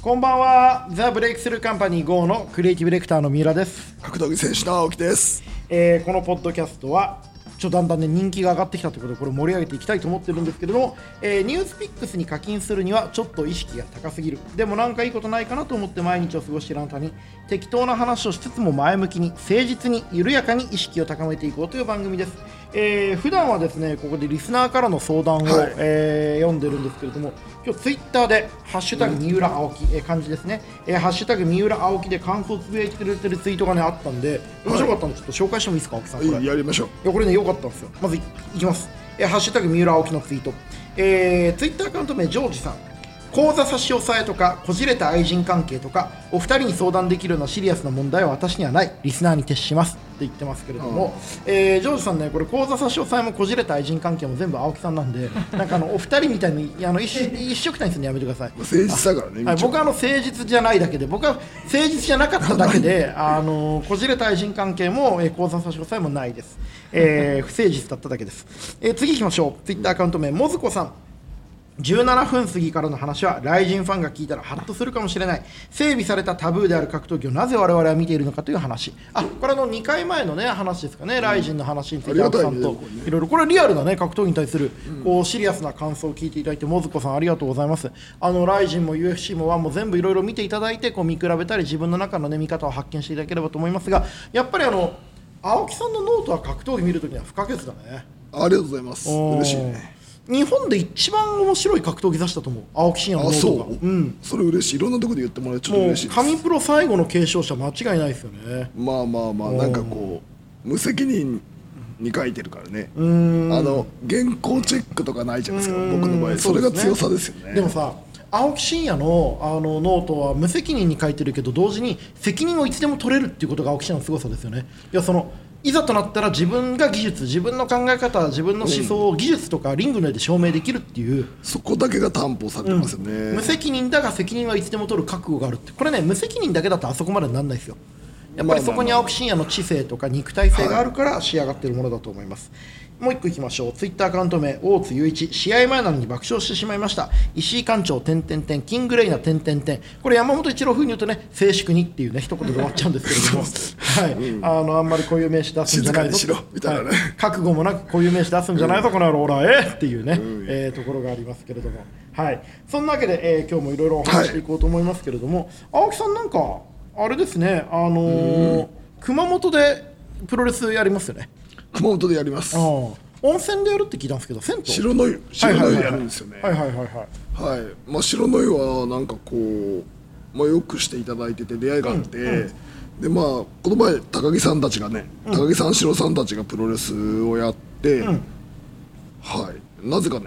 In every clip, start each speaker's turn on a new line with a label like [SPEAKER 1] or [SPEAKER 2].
[SPEAKER 1] こんばんは、ザ・ブレイクスルーカンパニー GO のクリエイティブディレクターの三浦です、
[SPEAKER 2] 格闘技選手の青木です。
[SPEAKER 1] えーこのポッドキャストは、ちょっとだんだんね、人気が上がってきたということで、これを盛り上げていきたいと思ってるんですけれども、えーニュースピックスに課金するには、ちょっと意識が高すぎる、でもなんかいいことないかなと思って毎日を過ごしているあなたに、適当な話をしつつも前向きに、誠実に、緩やかに意識を高めていこうという番組です。えー普段はですね、ここでリスナーからの相談を、
[SPEAKER 2] はい
[SPEAKER 1] えー読んでるんですけれども、今日ツイッターで、ハッシュタグ三浦青木、えー漢字ですね、えーハッシュタグ三浦青木で感想をつぶやいてくれてるツイートがね、あったんで、面白かったんで、ちょっと紹介してもいいですか、青木さん、これ。いや、
[SPEAKER 2] やりましょう。
[SPEAKER 1] これね、良かったんですよ。まずい、いきます。えーハッシュタグ三浦青木のツイート。えー、ツイッターアカウント名、ジョージさん。口座差し押さえとか、こじれた愛人関係とか、お二人に相談できるようなシリアスな問題は私にはない、リスナーに徹しますって言ってますけれども、えージョージさんね、これ、口座差し押さえもこじれた愛人関係も全部青木さんなんで、なんかあのお二人みたいにあの一緒一緒くたにするのやめてください。
[SPEAKER 2] 誠実さからね。
[SPEAKER 1] はい、
[SPEAKER 2] みちょ
[SPEAKER 1] 僕はあの誠実じゃないだけで僕は誠実じゃなかっただけであのこじれた愛人関係も、えー、交差差し押さえもないです、えー不誠実だっただけです、えー次行きましょうツイッターアカウント名もずこさん17分過ぎからの話は雷神ファンが聞いたらハッとするかもしれない整備されたタブーである格闘技をなぜ我々は見ているのかという話あこれあの2回前のね話ですかね雷神の話につい
[SPEAKER 2] あ
[SPEAKER 1] て
[SPEAKER 2] りがた
[SPEAKER 1] 青
[SPEAKER 2] い
[SPEAKER 1] 木
[SPEAKER 2] ね
[SPEAKER 1] さんと
[SPEAKER 2] これね
[SPEAKER 1] いろいろこれリアルなね格闘技に対するこうシリアスな感想を聞いていただいてもずこさんありがとうございますあのライジンも UFC もワンも全部いろいろ見ていただいてこう見比べたり自分の中のね見方を発見していただければと思いますがやっぱりあの青木さんのノートは格闘技見るときには不可欠だね
[SPEAKER 2] ありがとうございます。嬉しいね。
[SPEAKER 1] うん日本で一番面白い格闘技出したと思う青木真也の
[SPEAKER 2] あ、
[SPEAKER 1] ノー
[SPEAKER 2] そ
[SPEAKER 1] ト
[SPEAKER 2] う
[SPEAKER 1] が。うん
[SPEAKER 2] それ嬉しい。いろんなところで言ってもらえてちょっと
[SPEAKER 1] もう
[SPEAKER 2] 嬉しいです。
[SPEAKER 1] 神プロ最後の継承者間違いないですよね
[SPEAKER 2] まあまあまあ、なんかこう、無責任に書いてるからね。あの、原稿チェックとかないじゃないですか。僕の場合、それが強さですよね。
[SPEAKER 1] でもさ青木真也のあのノートは無責任に書いてるけど同時に責任をいつでも取れるっていうことが青木真也の凄さですよねいやそのいざとなったら自分が技術自分の考え方自分の思想を技術とかリングの上で証明できるっていう、
[SPEAKER 2] そこだけが担保されてますよね。
[SPEAKER 1] 無責任だが責任はいつでも取る覚悟があるってこれね無責任だけだとあそこまでにならないですよやっぱりそこに青木真也の知性とか肉体性があるから仕上がってるものだと思います、もう一個いきましょうツイッターアカウント名大津雄一試合前なのに爆笑してしまいました石井館長点点点キングレイナ点点点これ山本一郎風に言うとね静粛にっていうね一言で終わっちゃうんですけれど もはいあのあんまりこういう名詞出すんじゃないぞ
[SPEAKER 2] 静かにしろみたいなね
[SPEAKER 1] は覚悟もなくこういう名詞出すんじゃないぞ、この野郎らえっていうね、えーところがありますけれども、はい、そんなわけで、えー今日もいろいろお話ししていこうと思いますけれども、青木さんなんかあれですねあのー熊本でプロレスやりますよね
[SPEAKER 2] 熊本でやります
[SPEAKER 1] あ。ー温泉でやるって聞いたんですけど銭湯
[SPEAKER 2] 白の湯、白の湯やるんですよね。
[SPEAKER 1] はいはいはいはいはい
[SPEAKER 2] はい、まあ、白の湯はなんかこう、まあ、よくしていただいてて出会いがあって、でまあこの前高木さんたちがね、高木さん白さんたちがプロレスをやって、はいなぜかね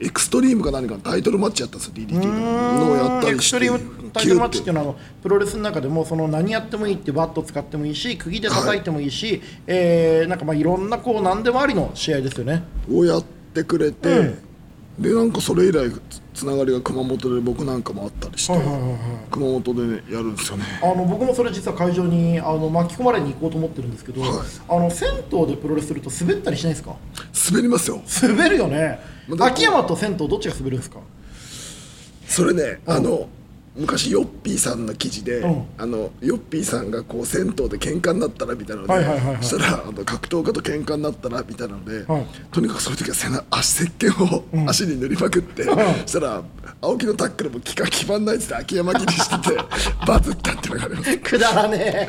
[SPEAKER 2] エクストリームか何かのタイトルマッチやったんですよ DDT のをやった
[SPEAKER 1] エ
[SPEAKER 2] り
[SPEAKER 1] クス
[SPEAKER 2] して
[SPEAKER 1] トリームタイトルマッチっていうのはあのプロレスの中でもその何やってもいいってバット使ってもいいし釘で叩いてもいいし、えーなんかまあいろんなこう何でもありの試合ですよね。
[SPEAKER 2] をやってくれて、でなんかそれ以来つつながりが熊本で僕なんかもあったりして、
[SPEAKER 1] はいはいはいはい
[SPEAKER 2] 熊本で、ね、やるんですよね
[SPEAKER 1] あの僕もそれ実は会場にあの巻き込まれに行こうと思ってるんですけど、あの銭湯でプロレスすると滑ったりしないですか
[SPEAKER 2] 滑りますよ
[SPEAKER 1] 滑るよね
[SPEAKER 2] まあでも
[SPEAKER 1] 秋山と銭湯どっちが滑るんですか
[SPEAKER 2] それね、あの昔ヨッピーさんの記事で、
[SPEAKER 1] うん
[SPEAKER 2] あのヨッピーさんがこう銭湯で喧嘩になったらみたいなので、
[SPEAKER 1] はいはいはいはい
[SPEAKER 2] そしたらあの格闘家と喧嘩になったらみたいなので、
[SPEAKER 1] はい
[SPEAKER 2] とにかくそういう時は背中足石鹸を、足に塗りまくって、そしたら青木のタックルも効か決まんないっつって秋山切りし ててバズったっていうのがあります
[SPEAKER 1] くだら ねえ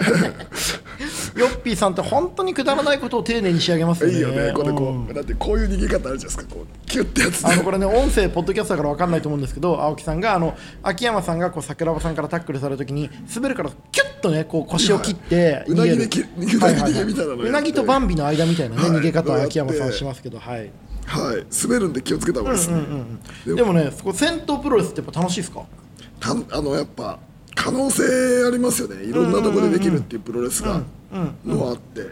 [SPEAKER 1] ヨッピーさんって本当にくだらないことを丁寧に仕上げますよね
[SPEAKER 2] いいよねこれこう、
[SPEAKER 1] うん
[SPEAKER 2] だってこういう逃げ方あるじゃないですかこうキュッてやつで
[SPEAKER 1] あのこれね音声ポッドキャストだから分かんないと思うんですけど青木さんがあの秋山さんがこう桜庭さんからタックルされるときに滑るからキュッとねこう腰を切って
[SPEAKER 2] う
[SPEAKER 1] 逃
[SPEAKER 2] な
[SPEAKER 1] げ
[SPEAKER 2] ぎ
[SPEAKER 1] る
[SPEAKER 2] できうなぎ逃げみたいなのやって
[SPEAKER 1] うなぎとバンビの間みたいなね
[SPEAKER 2] はい
[SPEAKER 1] 逃げ方を
[SPEAKER 2] やって
[SPEAKER 1] 秋山さんしますけどはい。
[SPEAKER 2] はい滑るんで気をつけた方がいいですね、
[SPEAKER 1] でもでもね、そこ戦闘プロレスってやっぱ楽しいですか
[SPEAKER 2] たあのやっぱ可能性ありますよねいろんなところでできるっていうプロレスがのはあって、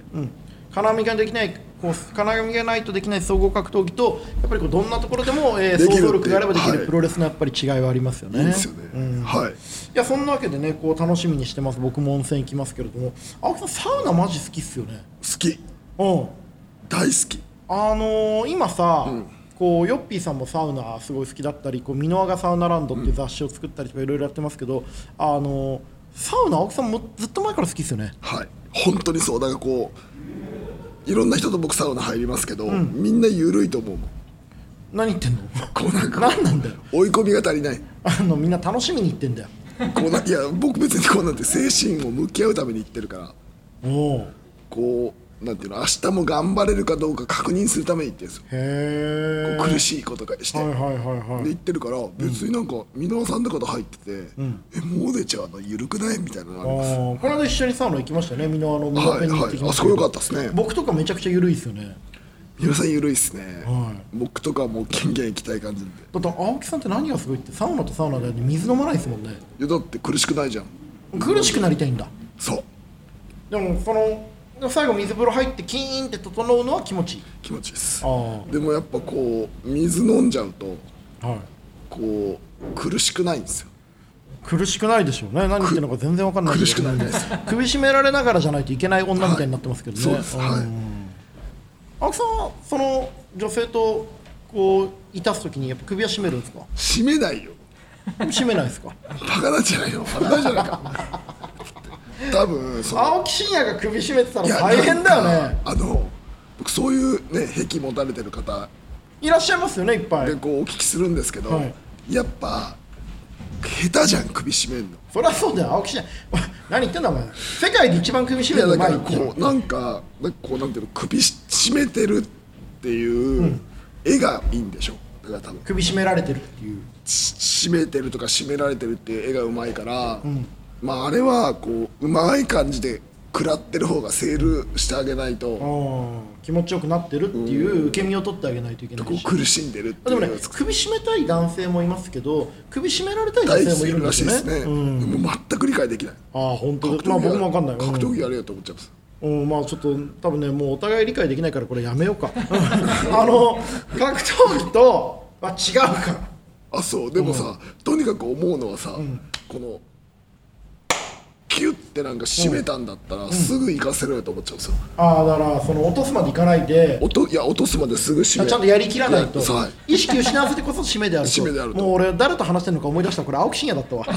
[SPEAKER 1] 金網ができないこう金網がないとできない総合格闘技とやっぱりこうどんなところでも、えー、
[SPEAKER 2] できるっていう
[SPEAKER 1] 想像力があればできる
[SPEAKER 2] はい
[SPEAKER 1] プロレスのやっぱり違いはありますよね。
[SPEAKER 2] いいですよね、
[SPEAKER 1] うん
[SPEAKER 2] はい
[SPEAKER 1] いやそんなわけでねこう楽しみにしてます僕も温泉行きますけれども青木さんサウナマジ好きっすよね
[SPEAKER 2] 好き
[SPEAKER 1] うん
[SPEAKER 2] 大好き
[SPEAKER 1] あのー今さ、こうヨッピーさんもサウナすごい好きだったり「こうミノアガサウナランド」っていう雑誌を作ったりとかいろいろやってますけど、あのサウナ青木さんもずっと前から好きですよね
[SPEAKER 2] はい本当にそうだからこういろんな人と僕サウナ入りますけど、みんな緩いと思うもん
[SPEAKER 1] 何言ってんの
[SPEAKER 2] こうなんか
[SPEAKER 1] 何なんだよ
[SPEAKER 2] 追い込みが足りない
[SPEAKER 1] あのみんな楽しみに行ってんだよ
[SPEAKER 2] こうないや僕別にこうなんて精神を向き合うために行ってるから
[SPEAKER 1] おおへ
[SPEAKER 2] こうなんていうの明日も頑張れるかどうか確認するために行ってるんですよこ
[SPEAKER 1] え
[SPEAKER 2] う苦しいことからして、
[SPEAKER 1] はいはいはいはい
[SPEAKER 2] で行ってるから別になんか箕輪さんとかと入ってて「えもう出ちゃうの緩くない?」みたいなのあ
[SPEAKER 1] あ
[SPEAKER 2] ります
[SPEAKER 1] ーこの間一緒にサウナ行きましたよね、みんなあの、港
[SPEAKER 2] は
[SPEAKER 1] に
[SPEAKER 2] い
[SPEAKER 1] 行ってき
[SPEAKER 2] はい
[SPEAKER 1] ま
[SPEAKER 2] あ
[SPEAKER 1] した
[SPEAKER 2] そ
[SPEAKER 1] け
[SPEAKER 2] こ
[SPEAKER 1] ど
[SPEAKER 2] 良かったですね
[SPEAKER 1] 僕とかめちゃくちゃ緩いですよね。
[SPEAKER 2] 箕輪さん緩いっすね、
[SPEAKER 1] は
[SPEAKER 2] 僕とかはもう権限行きたい感じで
[SPEAKER 1] だって青木さんって何がすごいって、サウナとサウナで水飲まないですもんね。
[SPEAKER 2] いやだって苦しくないじゃん
[SPEAKER 1] 苦しくなりたいんだ。
[SPEAKER 2] そう
[SPEAKER 1] でも、その、最後水風呂入ってキーンって整うのは気持ちいい。
[SPEAKER 2] 気持ちいいです
[SPEAKER 1] ああ、
[SPEAKER 2] でもやっぱこう水飲んじゃうと
[SPEAKER 1] はい。
[SPEAKER 2] こう苦しくないんですよ
[SPEAKER 1] 苦しくないでしょうね。何言ってるのか全然わかんない
[SPEAKER 2] 苦
[SPEAKER 1] です
[SPEAKER 2] し
[SPEAKER 1] け
[SPEAKER 2] く
[SPEAKER 1] ど
[SPEAKER 2] な
[SPEAKER 1] ね。
[SPEAKER 2] いです
[SPEAKER 1] 首絞められながらじゃないといけない女みたいになってますけどね。
[SPEAKER 2] そうですはい
[SPEAKER 1] ん青木さんは、その女性と、こう、いたすときに、やっぱ首は絞めるんですか。
[SPEAKER 2] 締めないよ
[SPEAKER 1] 絞めないですか。
[SPEAKER 2] バカなんじゃないのバカなんじゃないか多分その
[SPEAKER 1] 青木真也が首絞めてたら大変だよ
[SPEAKER 2] なん
[SPEAKER 1] ね
[SPEAKER 2] かあの僕そういうね癖持たれてる方
[SPEAKER 1] いらっしゃいますよねいっぱ
[SPEAKER 2] で
[SPEAKER 1] い
[SPEAKER 2] こうお聞きするんですけど、
[SPEAKER 1] はい
[SPEAKER 2] やっぱ下手じゃん首絞めんの
[SPEAKER 1] そりゃそうだよ青木真也何言ってんだお前世界で一番首
[SPEAKER 2] い
[SPEAKER 1] 絞め
[SPEAKER 2] や
[SPEAKER 1] る
[SPEAKER 2] だ
[SPEAKER 1] の
[SPEAKER 2] か
[SPEAKER 1] 前に
[SPEAKER 2] ら
[SPEAKER 1] 言っ
[SPEAKER 2] こ
[SPEAKER 1] て
[SPEAKER 2] うなんかなんかこうなんていうの首絞めてるっていう絵がいいんでしょだから多分
[SPEAKER 1] 首絞められてるっていう
[SPEAKER 2] し締めてるとか締められてるっていう絵がうまいから、まああれはこううまい感じで食らってる方がセールしてあげないと、こ
[SPEAKER 1] 気持ちよくなってるっていう受け身を取ってあげないといけないうし
[SPEAKER 2] 苦しんでるって
[SPEAKER 1] でも
[SPEAKER 2] いう
[SPEAKER 1] ね
[SPEAKER 2] のが作っ
[SPEAKER 1] 首絞めたい男性もいますけど首絞められたい
[SPEAKER 2] た
[SPEAKER 1] 女
[SPEAKER 2] い
[SPEAKER 1] 性もいるん
[SPEAKER 2] ら
[SPEAKER 1] で
[SPEAKER 2] し
[SPEAKER 1] す
[SPEAKER 2] い
[SPEAKER 1] よ
[SPEAKER 2] で
[SPEAKER 1] ね
[SPEAKER 2] すね
[SPEAKER 1] うん
[SPEAKER 2] でも全く理解できない
[SPEAKER 1] ああ本当
[SPEAKER 2] 格闘
[SPEAKER 1] だ
[SPEAKER 2] 技
[SPEAKER 1] まあ
[SPEAKER 2] や
[SPEAKER 1] 僕も分かんない
[SPEAKER 2] 格闘
[SPEAKER 1] うん
[SPEAKER 2] 技やれよと思っちゃいます、
[SPEAKER 1] うん、まあちょっと多分ねもうお互い理解できないからこれやめようか あの格闘技とは違うから
[SPEAKER 2] あそうでもさ、とにかく思うのはさ、このキュッてなんか締めたんだったら、すぐ行かせろよと思っちゃうんですよ、
[SPEAKER 1] ああだからその落とすまでいかないで
[SPEAKER 2] 落といや落とすまですぐ締
[SPEAKER 1] ちゃ
[SPEAKER 2] め
[SPEAKER 1] んとやりきらないと
[SPEAKER 2] やはい
[SPEAKER 1] 意識失わせてこそ締めであると
[SPEAKER 2] 締めであると
[SPEAKER 1] もう俺誰と話してるのか思い出したこれ青木真也だった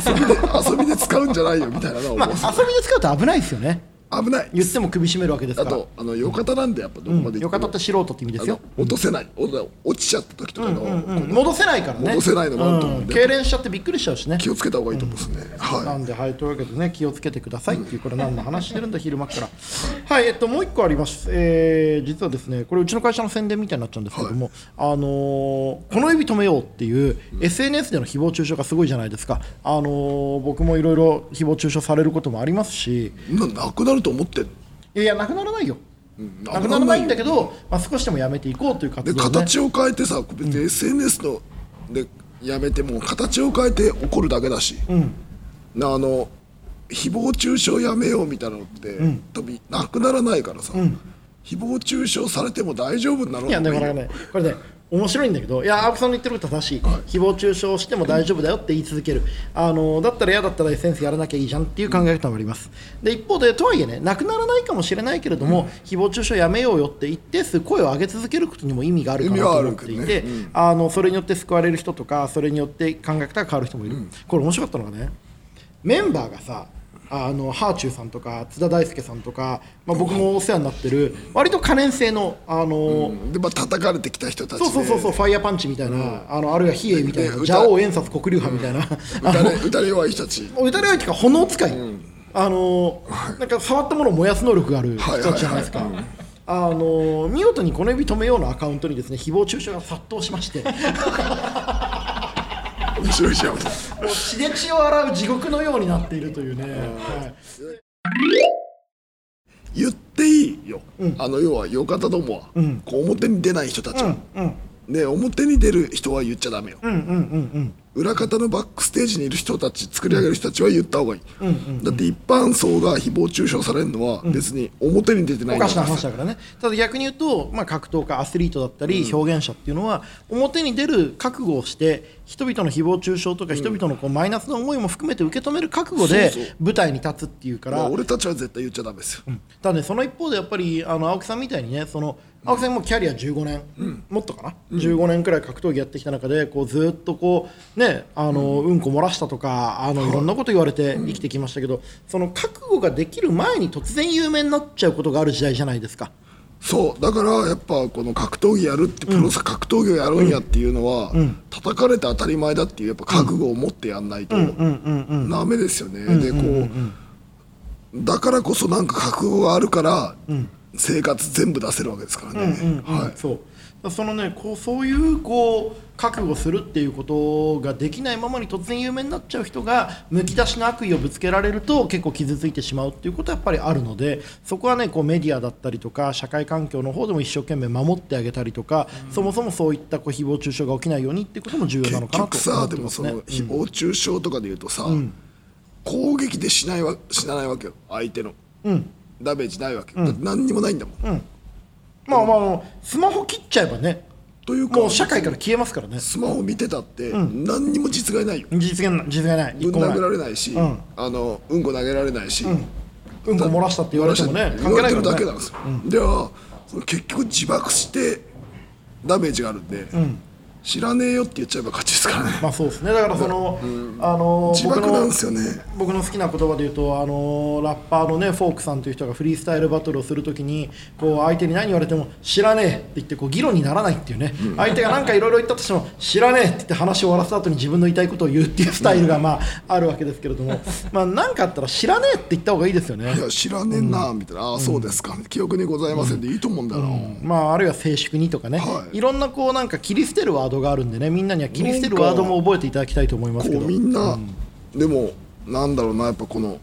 [SPEAKER 1] わ
[SPEAKER 2] 遊びで使うんじゃないよみたいなのを
[SPEAKER 1] ま
[SPEAKER 2] 思う
[SPEAKER 1] あ遊びで使うと危ないですよね
[SPEAKER 2] 危ない
[SPEAKER 1] 言っても首絞めるわけです
[SPEAKER 2] あ
[SPEAKER 1] から
[SPEAKER 2] とあのよかたなんでやっぱどこまで行
[SPEAKER 1] よ
[SPEAKER 2] って
[SPEAKER 1] か
[SPEAKER 2] も
[SPEAKER 1] ったって素人って意味です
[SPEAKER 2] あ
[SPEAKER 1] よ
[SPEAKER 2] の落とせないおだ落ちちゃった時とかの、
[SPEAKER 1] うん戻せないからね
[SPEAKER 2] 戻せないのもあると思
[SPEAKER 1] う
[SPEAKER 2] うんんで
[SPEAKER 1] 痙攣しちゃってびっくりしちゃうしね
[SPEAKER 2] 気をつけた方がいいと思うんですね、
[SPEAKER 1] な
[SPEAKER 2] は
[SPEAKER 1] んで、はい、というわけでね、気をつけてくださいっていう、これ、何の話してるんだ、昼間から。はい、えっと、もう一個あります、えー実はですね、これ、うちの会社の宣伝みたいになっちゃうんですけども、あのーこの指止めようっていう、SNS での誹謗中傷がすごいじゃないですか、あのー僕もいろいろ誹謗中傷されることもありますし、
[SPEAKER 2] いななくなると思ってんの
[SPEAKER 1] いやいや、なくならないよ、
[SPEAKER 2] ん
[SPEAKER 1] なくならないんだけど、まあ、少しでもやめていこうという活
[SPEAKER 2] で
[SPEAKER 1] 動をね。
[SPEAKER 2] 形を変えてさ別に SNS のでやめても形を変えて怒るだけだし、なあの誹謗中傷やめようみたいなのって、多分なくならないからさ、誹謗中傷されても大丈夫なの
[SPEAKER 1] いやだ
[SPEAKER 2] もう
[SPEAKER 1] か
[SPEAKER 2] いい
[SPEAKER 1] ら
[SPEAKER 2] よ
[SPEAKER 1] ねこれね面白いんだけどいや青木さんの言ってることは正しい、誹謗中傷しても大丈夫だよって言い続けるあのだったら嫌だったら SNS やらなきゃいいじゃんっていう考え方もありますで一方でとはいえねなくならないかもしれないけれども、誹謗中傷やめようよって一定数声を上げ続けることにも意味があるかな
[SPEAKER 2] 意味
[SPEAKER 1] と
[SPEAKER 2] はあ
[SPEAKER 1] 思っ
[SPEAKER 2] るけ
[SPEAKER 1] て
[SPEAKER 2] ど
[SPEAKER 1] い
[SPEAKER 2] ね
[SPEAKER 1] て、あのそれによって救われる人とかそれによって考え方が変わる人もいる、これ面白かったのがねメンバーがさあのハーチューさんとか津田大輔さんとか、まあ、僕もお世話になってる割と可燃性のあの、
[SPEAKER 2] うんでまあ叩かれてきた人たちで
[SPEAKER 1] そうそうそうそうファイヤーパンチみたいな、あのあるいは比叡みたいな
[SPEAKER 2] で
[SPEAKER 1] 蛇王炎殺黒竜派みたいな、
[SPEAKER 2] 打たれ打たれ弱い人たち
[SPEAKER 1] もう打たれ合いというか炎使い、あのなんか触ったものを燃やす能力がある人たちじゃないですか。あの見事にこの指止めようのアカウントにですね誹謗中傷が殺到しまして も
[SPEAKER 2] 面白いじゃん
[SPEAKER 1] う血で血を洗う地獄のようになっているというね、はい
[SPEAKER 2] 言っていいよ、あの要はよかったどもは、こう表に出ない人たちは、ね表に出る人は言っちゃダメよ、裏方のバックステージにいる人たち作り上げる人たちは言った方がいい、だって一般層が誹謗中傷されるのは別に表に出てない
[SPEAKER 1] お
[SPEAKER 2] んだ
[SPEAKER 1] か
[SPEAKER 2] か
[SPEAKER 1] しな
[SPEAKER 2] ら
[SPEAKER 1] 話だからねただ逆に言うと、まあ、格闘家アスリートだったり表現者っていうのは表に出る覚悟をして人々の誹謗中傷とか人々のこうマイナスな思いも含めて受け止める覚悟で
[SPEAKER 2] そうそう
[SPEAKER 1] 舞台に立つっていうか
[SPEAKER 2] まあ
[SPEAKER 1] ら
[SPEAKER 2] 俺たちは絶対言っちゃダメですよ、
[SPEAKER 1] ただねその一方でやっぱりあの青木さんみたいにねその青木さんもキャリア15年、もっとかな、15年くらい格闘技やってきた中でこうずっとこうねあの、うん、こ漏らしたとかあのいろんなこと言われて生きてきましたけど、その覚悟ができる前に突然有名になっちゃうことがある時代じゃないですか。
[SPEAKER 2] そうだからやっぱこの格闘技やるってプロさ、格闘技をやるんやっていうのは、叩かれて当たり前だっていうやっぱ覚悟を持ってやんないとダメですよね、でこう、だからこそなんか覚悟があるから、生活全部出せるわけですからね、はい
[SPEAKER 1] そうだからそのねこうそういうこう覚悟するっていうことができないままに突然有名になっちゃう人がむき出しの悪意をぶつけられると結構傷ついてしまうっていうことはやっぱりあるのでそこはねこうメディアだったりとか社会環境の方でも一生懸命守ってあげたりとか、そもそもそういったこう誹謗中傷が起きないようにっていうことも重要なの
[SPEAKER 2] 結
[SPEAKER 1] かな
[SPEAKER 2] 局
[SPEAKER 1] と
[SPEAKER 2] さ
[SPEAKER 1] 思っ
[SPEAKER 2] で
[SPEAKER 1] て
[SPEAKER 2] も
[SPEAKER 1] ます
[SPEAKER 2] そ
[SPEAKER 1] ね
[SPEAKER 2] の。誹謗中傷とかで言うとさ、攻撃で死ないわ死なないわけよ相手の、ダメージないわけ、だって何にもないんだもん、
[SPEAKER 1] まあまああのスマホ切っちゃえばね
[SPEAKER 2] というか
[SPEAKER 1] もう社会から消えますからね
[SPEAKER 2] スマホ見てたって何にも実害ないよ、
[SPEAKER 1] 実現な実現ない
[SPEAKER 2] ぶ
[SPEAKER 1] 一
[SPEAKER 2] ん
[SPEAKER 1] 個もない
[SPEAKER 2] 殴られないし、
[SPEAKER 1] ん
[SPEAKER 2] あのうんこ投げられないし、
[SPEAKER 1] うんこ漏らしたって言われてもね
[SPEAKER 2] 言
[SPEAKER 1] 関係
[SPEAKER 2] われ
[SPEAKER 1] な
[SPEAKER 2] て
[SPEAKER 1] いか
[SPEAKER 2] るだ
[SPEAKER 1] ら
[SPEAKER 2] け
[SPEAKER 1] ね
[SPEAKER 2] なんですよ、ではその結局自爆してダメージがあるんで、知らねえよって言っちゃえば勝ちですからね、
[SPEAKER 1] まあそうですねだからその、あの
[SPEAKER 2] 自
[SPEAKER 1] 僕
[SPEAKER 2] 爆なん
[SPEAKER 1] の
[SPEAKER 2] ですよね
[SPEAKER 1] 僕の好きな言葉で言うとあのラッパーのねフォークさんという人がフリースタイルバトルをするときにこう相手に何言われても知らねえって言ってこう議論にならないっていうね、相手が何かいろいろ言ったとしても知らねえって言って話を終わらせた後に自分の言いたいことを言うって いうスタイルがまああるわけですけれどもまあ何かあったら知らねえって言った方がいいですよね
[SPEAKER 2] い。や知らねえなみたいな、ああそうですか、記憶にございませんでいいと思うんだよな、
[SPEAKER 1] まあ、あるいは静粛にとかね、、
[SPEAKER 2] はい
[SPEAKER 1] ろんなこうなんか切り捨てるワードがあるんでねみんなには切り捨てるワードも覚えていただきたいと思いますけ
[SPEAKER 2] こ
[SPEAKER 1] ど
[SPEAKER 2] うみんな、でもなんだろうなやっぱこの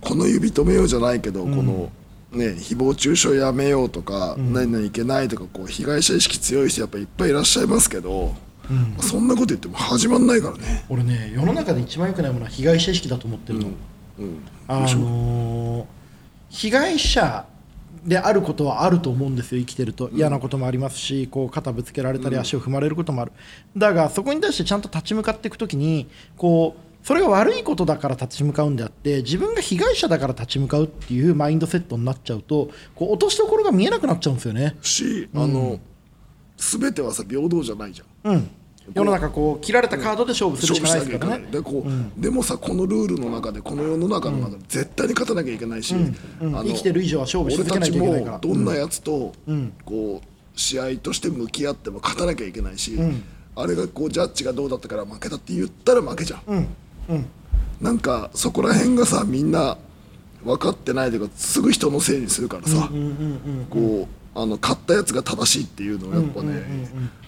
[SPEAKER 2] この指止めようじゃないけど、このね誹謗中傷やめようとか、何々いけないとかこう被害者意識強い人やっぱいっぱいいらっしゃいますけど、そんなこと言っても始まんないからね。
[SPEAKER 1] 俺ね世の中で一番良くないものは被害者意識だと思ってるの、
[SPEAKER 2] うん
[SPEAKER 1] あのー被害者であることはあると思うんですよ生きてると嫌なこともありますしこう肩ぶつけられたり足を踏まれることもある、だがそこに対してちゃんと立ち向かっていくときにこうそれが悪いことだから立ち向かうんであって自分が被害者だから立ち向かうっていうマインドセットになっちゃうとこう落としどころが見えなくなっちゃうんですよね。
[SPEAKER 2] し、あの全てはさ平等じゃないじゃん。
[SPEAKER 1] うん、世の中こう切られたカードで勝負するしかないですからね。
[SPEAKER 2] でこうでもさこのルールの中でこの世の中の中で絶対に勝たなきゃいけないし、あの
[SPEAKER 1] 生きてる以上は勝負し続けないといけないから
[SPEAKER 2] 俺たちもどんなやつと、こう試合として向き合っても勝たなきゃいけないし、あれがこうジャッジがどうだったから負けたって言ったら負けじゃん、なんかそこら辺がさみんな分かってないというかすぐ人のせいにするからさこうあの勝ったやつが正しいっていうのをやっぱね、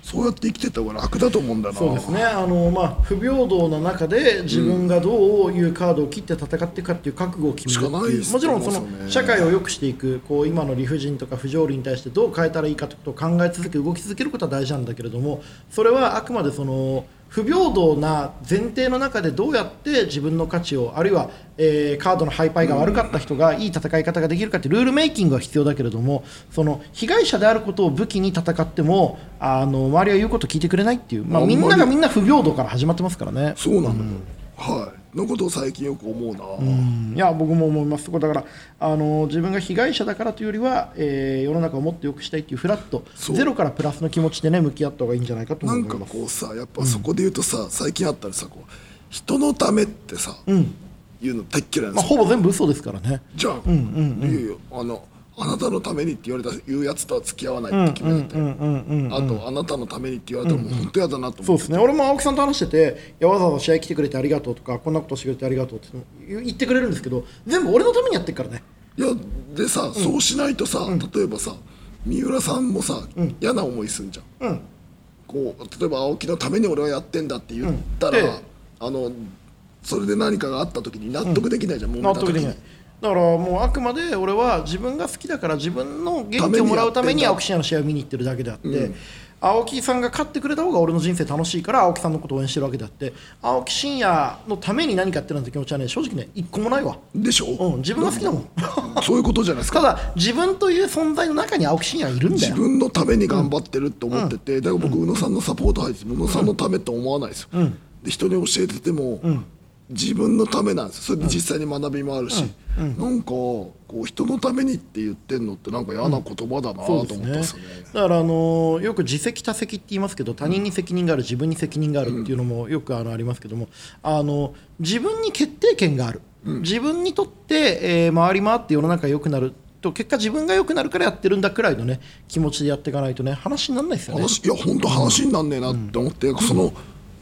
[SPEAKER 2] そうやって生きてった方が楽だと思うんだな
[SPEAKER 1] そうですねあの、まあ、不平等な中で自分がどういうカードを切って戦っていくかっていう覚悟を決めるって
[SPEAKER 2] しかない
[SPEAKER 1] い
[SPEAKER 2] で
[SPEAKER 1] う
[SPEAKER 2] す
[SPEAKER 1] もちろんそ
[SPEAKER 2] そ
[SPEAKER 1] の
[SPEAKER 2] うですよね
[SPEAKER 1] 社会を良くしていくこう今の理不尽とか不条理に対してどう変えたらいいかということを考え続け動き続けることは大事なんだけれどもそれはあくまでその不平等な前提の中でどうやって自分の価値をあるいは、えーカードのハイパイが悪かった人がいい戦い方ができるかってルールメイキングは必要だけれどもその被害者であることを武器に戦ってもあの周りは言うこと聞いてくれないっていう、まあ、
[SPEAKER 2] あんま
[SPEAKER 1] み
[SPEAKER 2] り
[SPEAKER 1] んながみんな不平等から始まってますからね。
[SPEAKER 2] そうなのよ、はいのことを最近よく思うな、
[SPEAKER 1] いや僕も思いますそこだからあの自分が被害者だからというよりは、えー世の中をもっと良くしたいっていうフラット
[SPEAKER 2] そう
[SPEAKER 1] ゼロからプラスの気持ちでね向き合った方がいいんじゃないかと
[SPEAKER 2] な
[SPEAKER 1] 思い
[SPEAKER 2] んか
[SPEAKER 1] ます
[SPEAKER 2] こうさやっぱそこで言うとさ、最近あったらさこう人のためってさ、言うの大っ嫌いなんで
[SPEAKER 1] ますあ、
[SPEAKER 2] よ、
[SPEAKER 1] ほぼ全部嘘ですからね
[SPEAKER 2] じゃん、いやいやあのあなたのためにって言われた言うやつとは付き合わないって決めてて、あとあなたのためにって言われたらもう本当やだなと
[SPEAKER 1] そうで
[SPEAKER 2] 思って、
[SPEAKER 1] すね俺も青木さんと話してていやわざわざ試合来てくれてありがとうとかこんなことしてくれてありがとうって言ってくれるんですけど全部俺のためにやってるからね
[SPEAKER 2] いやでさ、そうしないとさ、例えばさ三浦さんもさ、嫌な思いすんじゃん、こう例えば青木のために俺はやってんだって言ったら、
[SPEAKER 1] うんで
[SPEAKER 2] あのそれで何かがあった時に納得できないじゃん、もう
[SPEAKER 1] 納得できないだからもうあくまで俺は自分が好きだから自分の元気をもらうために
[SPEAKER 2] ためにや
[SPEAKER 1] 青
[SPEAKER 2] ってんだ
[SPEAKER 1] 木真也の試合を見に行ってるだけであって、青木さんが勝ってくれた方が俺の人生楽しいから青木さんのことを応援してるわけであって青木真也のために何かやってるなんて気持ちはね正直ね一個もないわ、
[SPEAKER 2] でしょ、
[SPEAKER 1] うん、自分が好きだも ん
[SPEAKER 2] そういうことじゃないです
[SPEAKER 1] た
[SPEAKER 2] か
[SPEAKER 1] だ自分という存在の中に青木真也がいるんだ
[SPEAKER 2] 自
[SPEAKER 1] よ
[SPEAKER 2] 分のために頑張ってると思ってて、だから僕宇野さんのサポート入ってて宇野さんのためって思わないですよ、で人に教えてても、自分のためなんですよそれで実際に学びもあるし、なんかこう人のためにって言ってんのってなんか嫌な言葉だなと
[SPEAKER 1] そ
[SPEAKER 2] 思
[SPEAKER 1] うで
[SPEAKER 2] っ
[SPEAKER 1] す
[SPEAKER 2] たん
[SPEAKER 1] ね
[SPEAKER 2] ですよね。
[SPEAKER 1] だから、あのーよく自責他責って言いますけど他人に責任がある自分に責任があるっていうのもよくあのありますけどもあの自分に決定権がある、自分にとって、えー回り回って世の中良くなると結果自分が良くなるからやってるんだくらいのね気持ちでやっていかないとね話にならないですよね。
[SPEAKER 2] 話いや本当話になんねえなって思って、その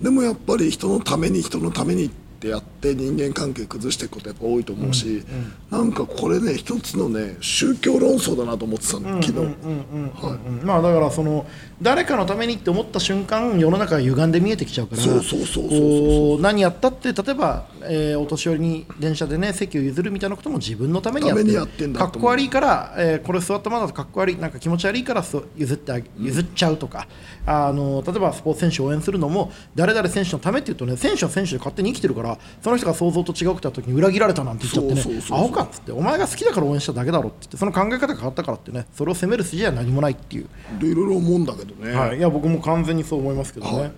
[SPEAKER 2] でもやっぱり人のために人のためにってやって人間関係崩していくことやっぱ多いと思うし、なんかこれね一つのね宗教論争だなと思ってたの昨日、
[SPEAKER 1] うんまあだからその誰かのためにって思った瞬間世の中が歪んで見えてきちゃうから
[SPEAKER 2] そうそうそうそうそう
[SPEAKER 1] こう何やったって例えば、えーお年寄りに電車でね席を譲るみたいなことも自分のためにやって
[SPEAKER 2] ためにやってんだ
[SPEAKER 1] か
[SPEAKER 2] と思う
[SPEAKER 1] っこ悪いから、えーこれ座ったままだとかっこ悪いなんか気持ち悪いからそう譲ってあげ譲っちゃうとか、あの例えばスポーツ選手を応援するのも誰々選手のためっていうとね選手は選手で勝手に生きてるからその人が想像と違うくた時に裏切られたなんて言っちゃってね
[SPEAKER 2] そうそうそうそう
[SPEAKER 1] 青かっつってお前が好きだから応援しただけだろって言ってその考え方が変わったからってねそれを責める筋は何もないっていう。
[SPEAKER 2] でいろいろ思うんだけどね、
[SPEAKER 1] はい、いや僕も完全にそう思いますけどね、はい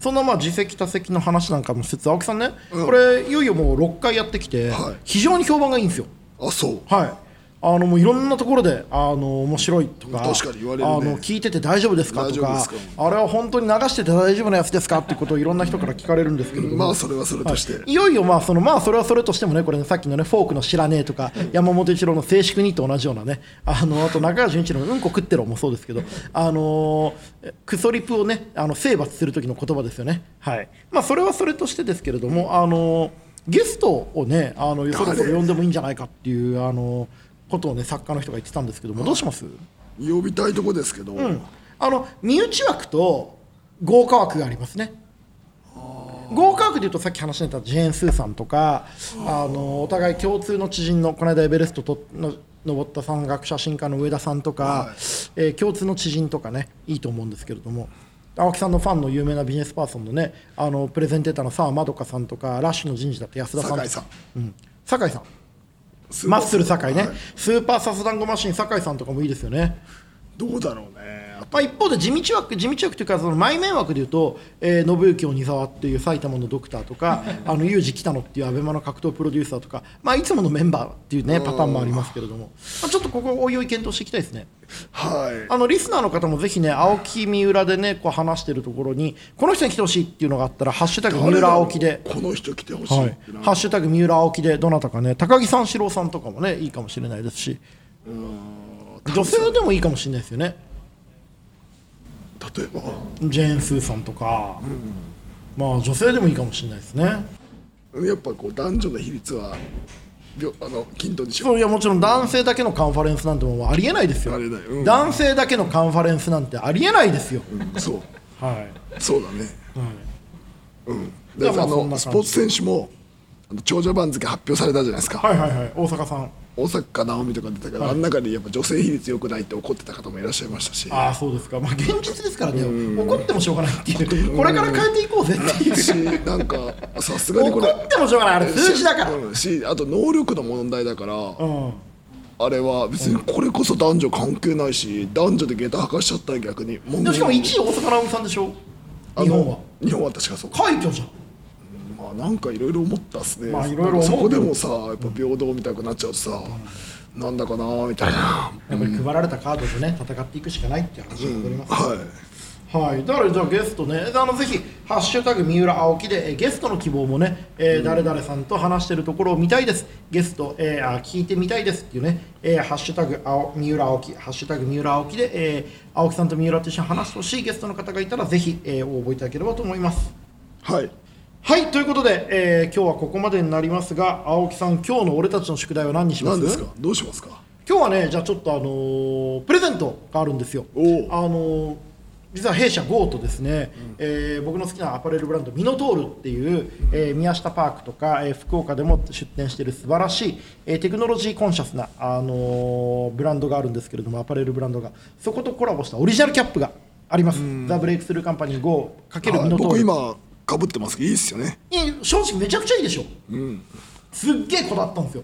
[SPEAKER 1] そんなまあ自責他責の話なんかもしつつ青木さんね、これいよいよもう6回やってきて、
[SPEAKER 2] はい
[SPEAKER 1] 非常に評判がいいんですよ
[SPEAKER 2] あそう
[SPEAKER 1] はいあのもういろんなところであの面白いとか
[SPEAKER 2] 確かに言われるね
[SPEAKER 1] あの聞いてて大丈夫ですかと
[SPEAKER 2] 大丈夫で
[SPEAKER 1] か
[SPEAKER 2] すか
[SPEAKER 1] あれは本当に流してて大丈夫なやつですかっていうことをいろんな人から聞かれるんですけれども、
[SPEAKER 2] まあそれはそれとして、
[SPEAKER 1] いよいよまあそのまあそれはそれとしてもねこれねさっきのねフォークの知らねえとか山本一郎の静粛にと同じようなねあのあと中川純一郎のうんこ食ってろもそうですけどあのークソリプをねあの征伐する時の言葉ですよねはいまあそれはそれとしてですけれどもあのーゲストをねあのそろそろ呼んでもいいんじゃないかっていうあのーことをね作家の人が言ってたんですけどもどうします
[SPEAKER 2] 呼びたいとこですけど、
[SPEAKER 1] あの身内枠と豪華枠がありますね豪華枠でいうとさっき話してたジェーン・スーさんとかあのお互い共通の知人のこの間エベレストとの登った山岳写真家の上田さんとか、えー共通の知人とかねいいと思うんですけれども青木さんのファンの有名なビジネスパーソンのねあのプレゼンテーターの澤まどかさんとかラッシュの人事だって安田さんとか
[SPEAKER 2] 酒井さん
[SPEAKER 1] 酒井さん
[SPEAKER 2] スーパ
[SPEAKER 1] マッ
[SPEAKER 2] ー
[SPEAKER 1] スル酒井ね、
[SPEAKER 2] はい
[SPEAKER 1] スーパーサスダンゴマシン酒井さんとかもいいですよね
[SPEAKER 2] どうだろうねあと
[SPEAKER 1] まあ、一方で地道枠地道枠というかその前面枠でいうと、えー、信行鬼沢っていう埼玉のドクターとかあのユージ北野っていうアベマの格闘プロデューサーとか、まあ、いつものメンバーっていうねパターンもありますけれども、まあ、ちょっとここおいおい検討していきたいですね。
[SPEAKER 2] はい
[SPEAKER 1] あのリスナーの方もぜひね青木三浦でねこう話してるところにこの人に来てほしいっていうのがあったら「ハッシュタグ三
[SPEAKER 2] 誰だ
[SPEAKER 1] 浦
[SPEAKER 2] ろう
[SPEAKER 1] 青木で」
[SPEAKER 2] この人来てほしい
[SPEAKER 1] は
[SPEAKER 2] っ
[SPEAKER 1] い
[SPEAKER 2] てな、
[SPEAKER 1] ハッシュタグ三浦青木でどなたかね高木三四郎さんとかもねいいかもしれないですし女性でもいいかもしれないですよね。
[SPEAKER 2] 例えば
[SPEAKER 1] ジェーン・スーさんとか、まあ女性でもいいかもしれないですね。
[SPEAKER 2] やっぱこう男女の比率はりょあの均等にしよう
[SPEAKER 1] そういやもちろん男性だけのカンファレンスなんてもうありえないですよ、
[SPEAKER 2] ありえないうん
[SPEAKER 1] 男性だけのカンファレンスなんてありえないですよ。
[SPEAKER 2] そう
[SPEAKER 1] はい。
[SPEAKER 2] そうだねうん
[SPEAKER 1] い
[SPEAKER 2] で
[SPEAKER 1] や
[SPEAKER 2] あ
[SPEAKER 1] まあそんな
[SPEAKER 2] の
[SPEAKER 1] 感じ
[SPEAKER 2] スポーツ選手もあの長者番付発表されたじゃないですか、
[SPEAKER 1] はいはいはい。大阪さん。
[SPEAKER 2] 大阪直美とか出たけど、あの中にやっぱ女性比率良くないって怒ってた方もいらっしゃいましたし
[SPEAKER 1] ああそうですか。まあ現実ですからね。怒ってもしょうがないっていう。これから変えていこうぜっていう。
[SPEAKER 2] しなんかさすがにこ
[SPEAKER 1] 怒
[SPEAKER 2] れ
[SPEAKER 1] ってもしょうがない。あれ数字だから。
[SPEAKER 2] うんしあと能力の問題だから、
[SPEAKER 1] うん。
[SPEAKER 2] あれは別にこれこそ男女関係ないし男女で下駄履かしちゃったら逆に問
[SPEAKER 1] でも
[SPEAKER 2] 題
[SPEAKER 1] しかも1位大阪直美さんでしょ。
[SPEAKER 2] あの
[SPEAKER 1] 日本は。
[SPEAKER 2] 日本は確かそう
[SPEAKER 1] 快挙じゃん。
[SPEAKER 2] まあなんかいろいろ思ったっすね、
[SPEAKER 1] まあいろいろ思う
[SPEAKER 2] そこでもさやっぱ平等みたいになっちゃうとさ、なんだかなーみたいな、
[SPEAKER 1] やっぱり配られたカードでね戦っていくしかないっていう話に戻ります。
[SPEAKER 2] は
[SPEAKER 1] はい、だからじゃあゲストね、あのぜひ、ハッシュタグ三浦青木で、えーゲストの希望もね、えー誰々さんと話してるところを見たいです、ゲスト、えーあ聞いてみたいですっていうね、えーハッシュタグ青三浦青木、ハッシュタグ三浦青木で、えー青木さんと三浦と一緒に話してほしいゲストの方がいたら、ぜひ、えー応募いただければと思います。
[SPEAKER 2] いはい
[SPEAKER 1] はい、ということで、えー今日はここまでになりますが、青木さん、今日の俺たちの宿題は何にします
[SPEAKER 2] 何ですかどうしますか
[SPEAKER 1] 今日はねじゃあちょっとあのープレゼントがあるんですよ
[SPEAKER 2] おう
[SPEAKER 1] あのー実は弊社 GO とですね、えー僕の好きなアパレルブランドミノトールっていう、えー宮下パークとか、えー福岡でも出店している素晴らしい、えーテクノロジーコンシャスな、あのーブランドがあるんですけれどもアパレルブランドがそことコラボしたオリジナルキャップがあります、ザ・ブレイクスルーカンパニー GO× ミ
[SPEAKER 2] はい
[SPEAKER 1] ノトー
[SPEAKER 2] 僕
[SPEAKER 1] ル
[SPEAKER 2] 今かぶってますけどいいっすよね
[SPEAKER 1] いや正直めちゃくちゃいいでしょ、すっげえこだわったんですよ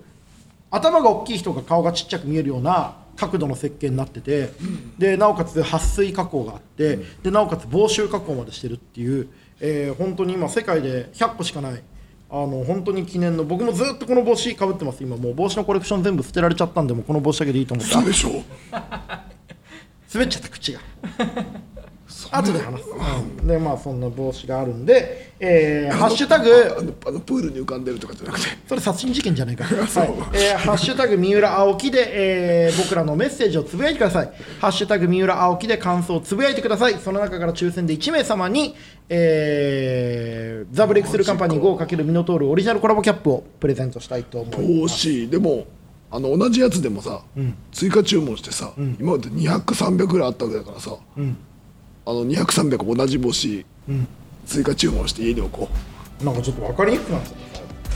[SPEAKER 1] 頭が大きい人が顔がちっちゃく見えるような角度の設計になってて、でなおかつ撥水加工があって、でなおかつ防臭加工までしてるっていう、えー本当に今世界で100個しかないあの本当に記念の僕もずっとこの帽子かぶってます今もう帽子のコレクション全部捨てられちゃったんでもうこの帽子だけでいいと思って
[SPEAKER 2] 嘘でしょ
[SPEAKER 1] 滑っちゃった口が後で話す、うんでまあそんな帽子があるんで、えーハッシュタ
[SPEAKER 2] あ
[SPEAKER 1] グ
[SPEAKER 2] のあのプールに浮かんでるとかじゃなくて
[SPEAKER 1] それ殺人事件じゃないか、 はい
[SPEAKER 2] そう
[SPEAKER 1] えーハッシュタグ三浦青木で、えー僕らのメッセージをつぶやいてくださいハッシュタグ三浦青木で感想をつぶやいてくださいその中から抽選で1名様に、えーザ・ブレイクスルーカンパニー 5× ミノトールオリジナルコラボキャップをプレゼントしたいと思います
[SPEAKER 2] 帽子でもあの同じやつでもさ、追加注文してさ、今まで200300ぐらいあったわけだからさ、あの200300同じ帽子、追加注文して家に置こう
[SPEAKER 1] なんかちょっと分かりにくくなっちゃった。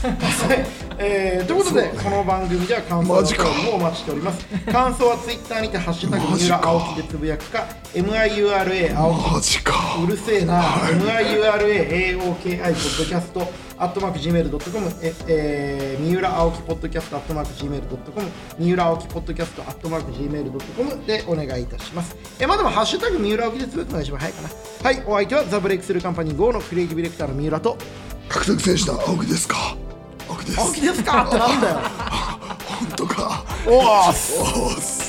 [SPEAKER 1] はい、えーということで、この番組では感想の
[SPEAKER 2] マジか
[SPEAKER 1] 方もお待ちしております感想はツイッターにて「ハッシュタグ
[SPEAKER 2] マ
[SPEAKER 1] 三
[SPEAKER 2] ジ
[SPEAKER 1] 浦
[SPEAKER 2] か
[SPEAKER 1] 青木」でつぶやくか「MIURA 青木
[SPEAKER 2] マジか」
[SPEAKER 1] うるせえな「MIURA AOKI ポッドキャスト」「アットマーク Gmail.com」ええー「三浦青木ポッドキャスト」「アットマーク Gmail.com」「三浦青木ポッドキャスト」「アットマーク Gmail.com」でお願いいたしますえーまあでも「ハッシュタグ三浦青木」でつぶやくのが一番早いかなはいお相手はザ・ブレイクスルーカンパニー GO のクリエイティブディレクターの三浦と
[SPEAKER 2] 獲得選手だ青木ですか青木です
[SPEAKER 1] 青木ですかってなんだよ。
[SPEAKER 2] 本当か
[SPEAKER 1] おーっす
[SPEAKER 2] おーっす